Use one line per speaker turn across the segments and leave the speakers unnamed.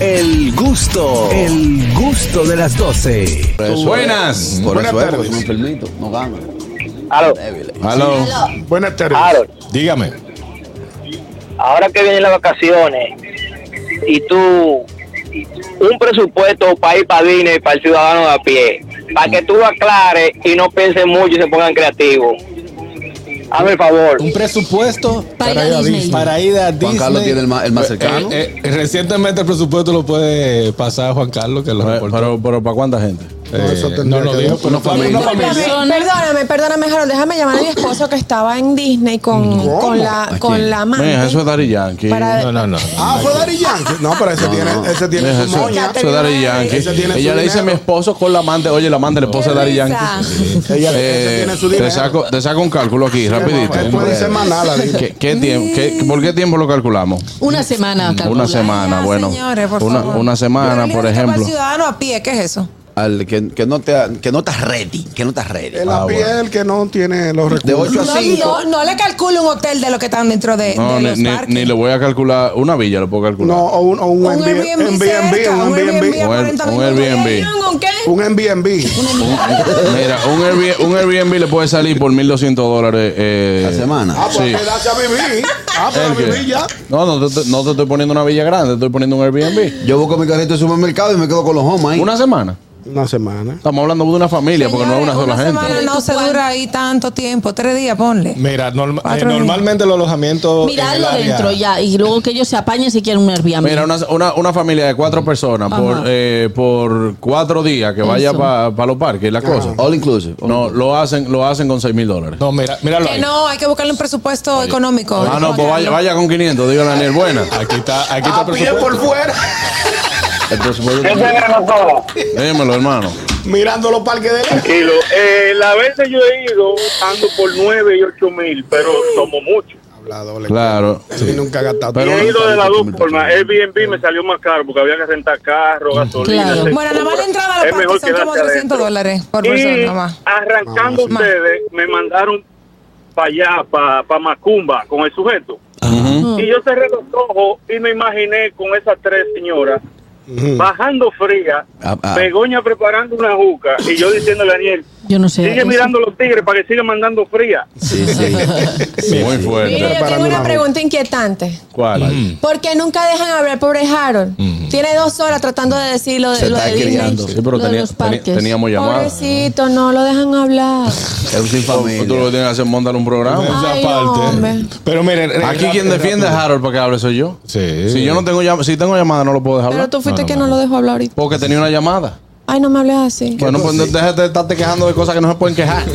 El gusto, el gusto de las
Buenas.
12.
eh,
Por
Buenas
eso es, porque
tardes.
son enfermitos, no ganan.
Claro,
Débiles.
Aló.
Buenas tardes.
claro.
Dígame.
Ahora que vienen las vacaciones y tú un presupuesto para ir para Disney y para el ciudadano de a pie, para que tú lo aclares y no piensen mucho y se pongan creativos. Hazme el favor.
Un presupuesto
Para ir a Disney.
para ir a Disney.
Juan Carlos tiene el más, el más cercano.
Eh, eh, recientemente el presupuesto lo puede pasar a Juan Carlos, que lo
Pero,
reportó.
pero, ¿para cuánta gente?
Eh,
eso
no
tendría
lo
que-
dijo, pero
una
fue
familia.
una familia.
Perdóname, perdóname, perdóname, Harold. Déjame llamar a mi esposo que estaba en Disney con, con la
¿A quién?
con la amante.
Mija, eso es Daddy Yankee.
Para-
No, no, no.
Ah, fue Daddy Yankee. No, pero ese
No,
tiene,
no.
ese tiene
Mija,
su
eso,
moña.
Ya te
eso es Ah, Daddy
digo,
Yankee.
ese tiene su
Ella le dice a
dinero.
mi esposo con la amante. Oye, la amante, el esposo de Daddy Yankee.
Ella, ese
Eh,
tiene su dinero.
te, saco, te saco un cálculo aquí, rapidito.
Él puede ser manala.
¿Qué, qué tiempo, qué- ¿Por qué tiempo lo calculamos?
Una semana.
Una
calcula.
semana,
Ya,
bueno.
señores, por
una,
favor.
una semana,
Pero
por
el hijo
ejemplo.
para "Pues, ciudadano a pie, ¿qué es eso?
Al que, que no te, que no estás ready, que no estás ready.
Es la
Ah,
piel que no tiene los recursos.
De 8 a
No,
5.
no, no le calculo un hotel de lo que están dentro de,
No,
de
ni,
los
ni-
parques.
ni le voy a calcular. Una villa lo puedo calcular.
No, o un, o un,
un
Airbnb,
Airbnb,
un
cerca,
Airbnb, un Airbnb,
a
Airbnb.
40
Un
minutos. ¿Y
Airbnb.
ahí van con qué?
un Airbnb.
Mira, un Airbnb, un Airbnb le puede salir por 1.200 dólares. eh,
La semana.
Ah, pues
Sí.
quedarse a vivir. Ah, pues a
¿El qué?
vivir ya.
No, no te, no te estoy poniendo una villa grande, te estoy poniendo un Airbnb.
Yo busco mi carrito de supermercado y me quedo con los homas ahí.
Una semana.
Una semana.
Estamos hablando de una familia, porque no es una
Señores,
sola gente.
semana No se dura ahí tanto tiempo, tres días, ponle.
Mira, norma- eh,
Cuatro días.
normalmente los alojamientos. en el
Mirarlo
área-
dentro ya. Y luego que ellos se apañen si quieren un Airbnb.
Mira, una, una, una familia de cuatro personas por,
Ajá.
eh, por cuatro días que vaya
Eso.
para los parques, la cosa.
All inclusive.
No, lo hacen, lo hacen con 6 mil dólares.
No, mira, míralo
Que
ahí.
no, hay que buscarle un presupuesto económico.
Ah, no, pues vaya, vaya con 500, dígale a Daniel, buena.
Aquí está, aquí está
A
el
pie Ah, pues por
presupuesto.
fuera.
El presupuesto.
Eso es todo.
Dímelo, hermano.
Mirando los parques de lejos.
Tranquilo. Eh, la vez que yo he ido, ando por 9 y 8 mil, pero tomo mucho.
Habladores.
Claro.
Sí, nunca ha gastado.
Y
Pero-
he ido de las dos formas.
El
Airbnb me salió más caro porque había que rentar carro, gasolina.
Claro.
etcétera.
Bueno, nada más la entrada a
Es
los parques
mejor
son como
quedarse
300
adentro.
dólares por persona,
Y
nada más.
arrancando
Vamos.
ustedes, me mandaron para allá, para Macumba, con el sujeto. Y yo cerré los ojos y me imaginé con esas tres señoras bajando fría,
Ah, ah.
Begoña preparando una juca y yo diciéndole a Daniel,
Yo no sé.
sigue
eso-
mirando los tigres para que siga mandando fría.
Sí, sí.
Muy fuerte.
Mire, yo tengo
Preparando
una
la
pregunta inquietante.
Mm.
¿Cuál?
¿Por qué nunca dejan hablar, pobre Harold? Tiene dos horas tratando de decir lo de,
Se
lo
está
de Disney.
criando.
Sí, pero
Lo de
tenía-
los
teni-
parques.
teníamos llamadas.
Pobrecito, no lo dejan hablar.
Es un sin
Tú lo que
familia.
tienes que hacer es montar un programa.
Esa
Ay,
parte.
hombre.
Pero miren. eh,
Aquí
rápido,
quien defiende a
rápido.
Harold para que hable soy yo.
Sí.
Si yo no tengo llamada, si tengo llamada no lo puedo dejar
Pero
hablar.
tú fuiste
no,
que
no,
no lo dejó hablar ahorita.
Porque tenía una llamada.
Ay, no me hables así.
Bueno, pues déjate de estarte quejando de cosas que no se pueden quejar.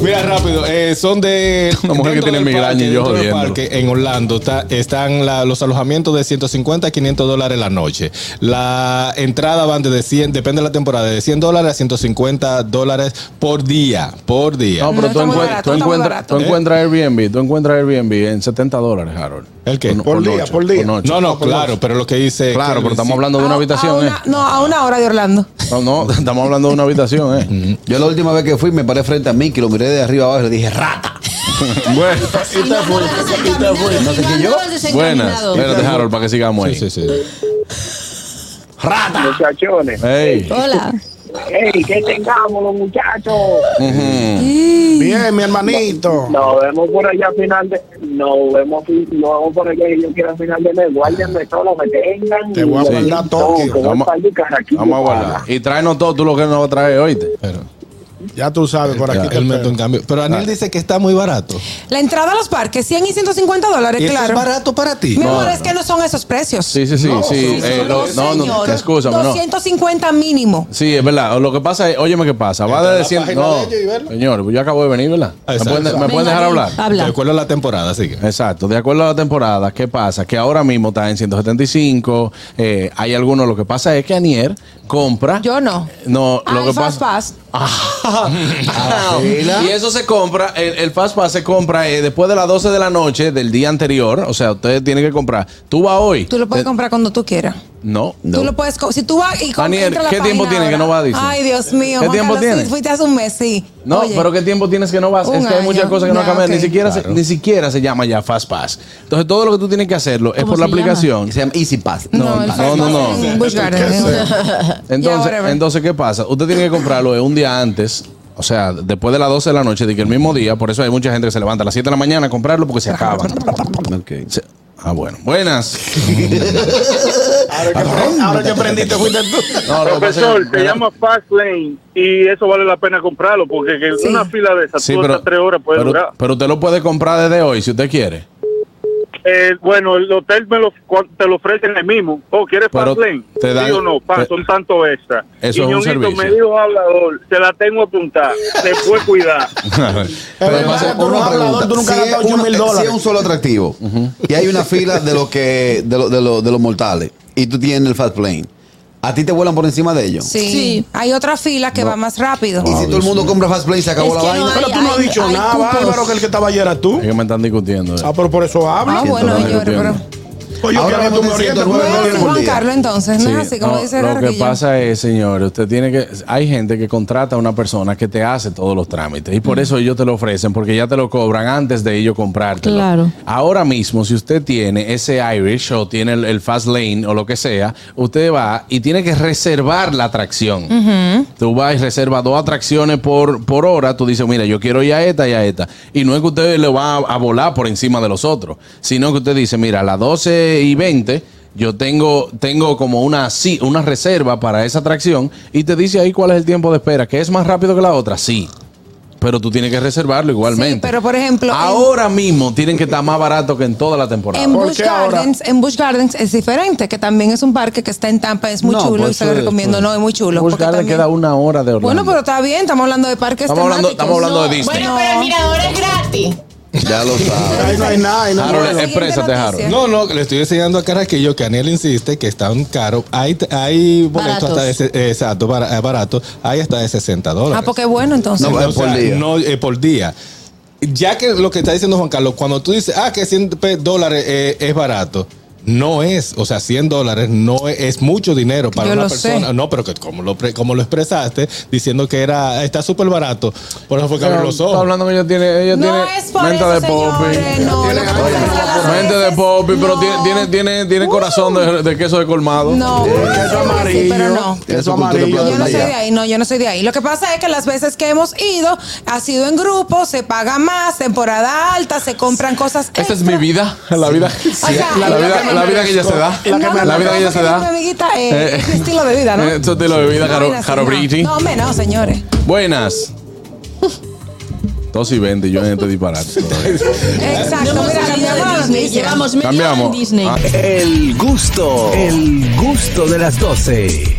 Mira, rápido, eh, son de.
Una mujer que
dentro
tiene
del
migraña
parque,
y yo
dentro del
jodiendo.
parque, En Orlando está- están la- los alojamientos de 150 a 500 dólares la noche. La entrada van de 100, depende de la temporada, de 100 dólares a 150 dólares por día. Por día.
No, pero
No,
tú,
está muy
encuent-
barato,
tú
está muy
encuentras,
barato.
tú encuentras Airbnb, tú encuentras Airbnb en 70 dólares, Harold.
¿El qué?
Por,
Por día,
noche,
por día.
noche.
no, no, claro, pero lo que dice.
claro,
que-
pero estamos
sí.
hablando de una habitación,
a una- No, a una hora de Orlando.
¿eh? No, no, estamos hablando de una habitación, ¿eh?
Yo la última vez que fui me paré frente a mí, que lo miré de arriba abajo y le dije, rata.
bueno,
Y te fue.
No sé qué yo.
buenas. eh. Espérate, Harold, para que sigamos ahí.
Sí, sí, sí.
Muchachones,
Ey.
Hola.
Ey, que tengamos los muchachos.
ujú.
Bien, mi hermanito.
Nos vemos por allá a final de. Nos vemos, nos vemos por allá y yo quiero a final de mes. Guárdenme todo lo que tengan.
Te voy a guardar Tokio.
Todo,
Vamos- Vamos a guardar. Y tráenos todo tú lo que nos va a traer, oíste.
Pero,
Ya tú sabes, por aquí. te
él mete
espero.
un cambio. Pero Daniel dice que está muy barato.
La entrada a los parques, 100 y 150 dólares,
¿Y eso
Eh, claro.
es barato para ti?
Mi amor, es que no son esos precios.
Sí, sí, sí. sí. eh, lo- no, no,
señor.
escúchame, no.
250 mínimo.
Sí, es verdad. Lo que pasa es, óyeme qué pasa. Va
Entra a
de
la
cien-
página de
No,
ellos y verlo.
señor, yo acabo de venir, ¿verdad? ¿Me
Exacto.
pueden, me pueden
Venga,
dejar
Daniel,
hablar?
Habla.
De acuerdo a la temporada, sigue.
Exacto, de acuerdo a la temporada, ¿qué pasa? Que ahora mismo está en 175, eh, hay algunos, lo que pasa es que Anier compra... eh,
Yo no.
No,
Ah,
lo que
el Fast
pasa...
Pass.
Ah, y eso se compra, el, el Fast Pass se compra eh, después de las 12 de la noche del día anterior, o sea, ustedes tienen que comprar. Tú vas hoy.
Tú lo puedes
Eh,
comprar cuando tú quieras.
No, no.
Tú lo puedes. co- Si tú vas y
Daniel,
entra a la
¿qué tiempo
página
tiene que
ahora?
no va a Disney?
Ay, Dios mío.
¿Qué
Juan
tiempo
Carlos,
tiene?
sí, fuiste hace un mes, sí.
No,
Oye,
pero ¿qué tiempo tienes que no vas?
Un
Es que hay
año.
muchas cosas que no
Ya,
cambian.
ok.
Ni, siquiera se,
Claro.
ni siquiera se llama ya Fast Pass. Entonces, todo lo que tú tienes que hacerlo es
¿Cómo
por la
se llama?
aplicación.
Se llama Easy Pass.
No, el
No, no,
Fast Pass
no.
es juzgar.
¿Qué
¿eh?
sé?
Ya,
Entonces,
whatever.
entonces, ¿qué pasa? Usted tiene que comprarlo eh, un día antes. O sea, después de las 12 de la noche, de que el mismo día, por eso hay mucha gente que se levanta a las 7 de la mañana a comprarlo porque se acaban. Se- ah, bueno. Buenas.
Ahora que, pre- ahora que prendiste, fuiste tú.
No, lo que pasa es que-
Profesor, se llama Fast Lane y eso vale la pena comprarlo porque que una fila de esas
Sí,
tú
pero,
hasta tres horas puede
pero,
durar.
pero usted lo puede comprar desde hoy si usted quiere.
Eh, bueno, el hotel me lo, cu- te lo ofrecen el mismo. Oh, ¿quieres
Pero
Fast Lane?
te dan-
sí o no, pa,
te-
son tanto extra.
Eso
y
es un
Ñonguito
servicio.
me dijo hablador, se la tengo apuntada, se puede cuidar.
Eh,
Es
Pero
verdad,
pasa
tú no
una
has hablado,
pregunta.
tú nunca has
Si es
gastado 8
un-
mil
Si es
dólares.
un solo atractivo y hay una fila de los que de, lo- de, lo- de los mortales y tú tienes el fast plane, a ti te vuelan por encima de ellos.
Sí.
Sí.
Hay otra fila que va más rápido.
Y si todo el mundo compra fast plane se acabó
Es
la
que
vaina.
no hay-
Pero tú no has
hay-
dicho
hay
nada,
pues.
cupos.
Bárbaro, que el que estaba ayer era tú.
Es que me están discutiendo. eh.
Ah, pero por eso habla.
Ah,
Siento,
bueno,
no,
yo, pero.
entiendo.
Pues yo
Ahora
quiero que tú pues, me
mismo
orientes,
siento,
porque
Bueno,
no
Bueno,
Rubén,
tienes
por
Juan
día.
Carlos, entonces, no
Sí,
es así como
no,
dice
lo que
Rarquillo.
pasa es, señores, usted tiene que, hay gente que contrata a una persona que te hace todos los trámites y por
Mm.
eso ellos te lo ofrecen porque ya te lo cobran antes de ellos comprártelo.
Claro.
Ahora mismo, si usted tiene ese Irish o tiene el, el Fast Lane o lo que sea, usted va y tiene que reservar la atracción. Tú vas y reservas dos atracciones por, por hora. Tú dices, mira, yo quiero ir a esta y a esta. Y no es que usted le va a, a volar por encima de los otros, sino que usted dice, mira, a las 12 y 20 yo tengo, tengo como una, sí, una reserva para esa atracción y te dice ahí cuál es el tiempo de espera, que es más rápido que la otra, sí. Pero tú tienes que reservarlo igualmente.
Sí, pero, por ejemplo, en-
ahora mismo tienen que estar más barato que en toda la temporada.
En
¿Por
Busch,
qué ahora?
Gardens, en Busch Gardens es diferente, que también es un parque que está en Tampa, es muy
No,
chulo
pues
y se lo
eso es,
recomiendo,
pues.
no, es muy chulo.
Busch
porque
Gardens
también-
queda una hora de Orlando.
Bueno, pero está bien, estamos hablando de parques
Estamos hablando-
temáticos.
estamos hablando de Disney.
Bueno,
Bueno, pero el mirador es gratis.
Ya lo sabes.
Ahí no hay nada. ahí no hay
Harold,
nada.
La siguiente
exprésate,
noticia.
Harold.
No, no, le estoy enseñando a Carraquillo que Aniel insiste que están caros. Hay, hay boletos hasta de,
Baratos.
se- exacto, bar- eh, barato. Hay hasta de 60 dólares.
Ah, porque bueno, entonces.
No,
No,
eh,
o sea,
por día.
no, eh, por día. Ya que lo que está diciendo Juan Carlos, cuando tú dices, ah, que 100 pe- dólares eh, es barato, no es, o sea, 100 dólares no es, es mucho dinero para
Yo
una
lo
persona.
sé.
No, pero que como lo, pre- como lo expresaste, diciendo que era está súper barato, por eso fue que abrió los
Está
ojos.
hablando que ella tiene, ella
No
eh, tiene
es por
mente
eso,
de popi.
señores, no, lo que pasa es que las
Mente de
veces-
popi, pero
no. Uh.
tiene, tiene, tiene, tiene corazón de, de queso de colmado.
No,
Queso
sí, pero
amarillo.
no.
Tiene
Queso
su cultura
amarillo.
propia
Yo no soy
Mira.
de ahí, no, yo no soy de ahí. Lo que pasa es que las veces que hemos ido ha sido en grupo, se paga más, temporada alta, se compran cosas.
Esta es
extra.
mi vida, la vida,
sea,
la,
la
vida,
que me
la vida que ella se da,
No, no,
la,
no,
vida que
no,
ella
porque
se
Mi
da.
amiguita eh,
Eh,
es mi estilo de vida, ¿no?
eh, tu estilo de vida,
No,
Caro-
mira, sí,
Caro
no.
Brigiti.
No, hombre, no, señores.
Buenas. Dos y 20, yo en este disparate. todavía.
Exacto, mira, cambiamos
Disney,
Ah.
Llevamos media hora
Cambiamos.
en Disney.
Ah.
El gusto, el gusto de las 12.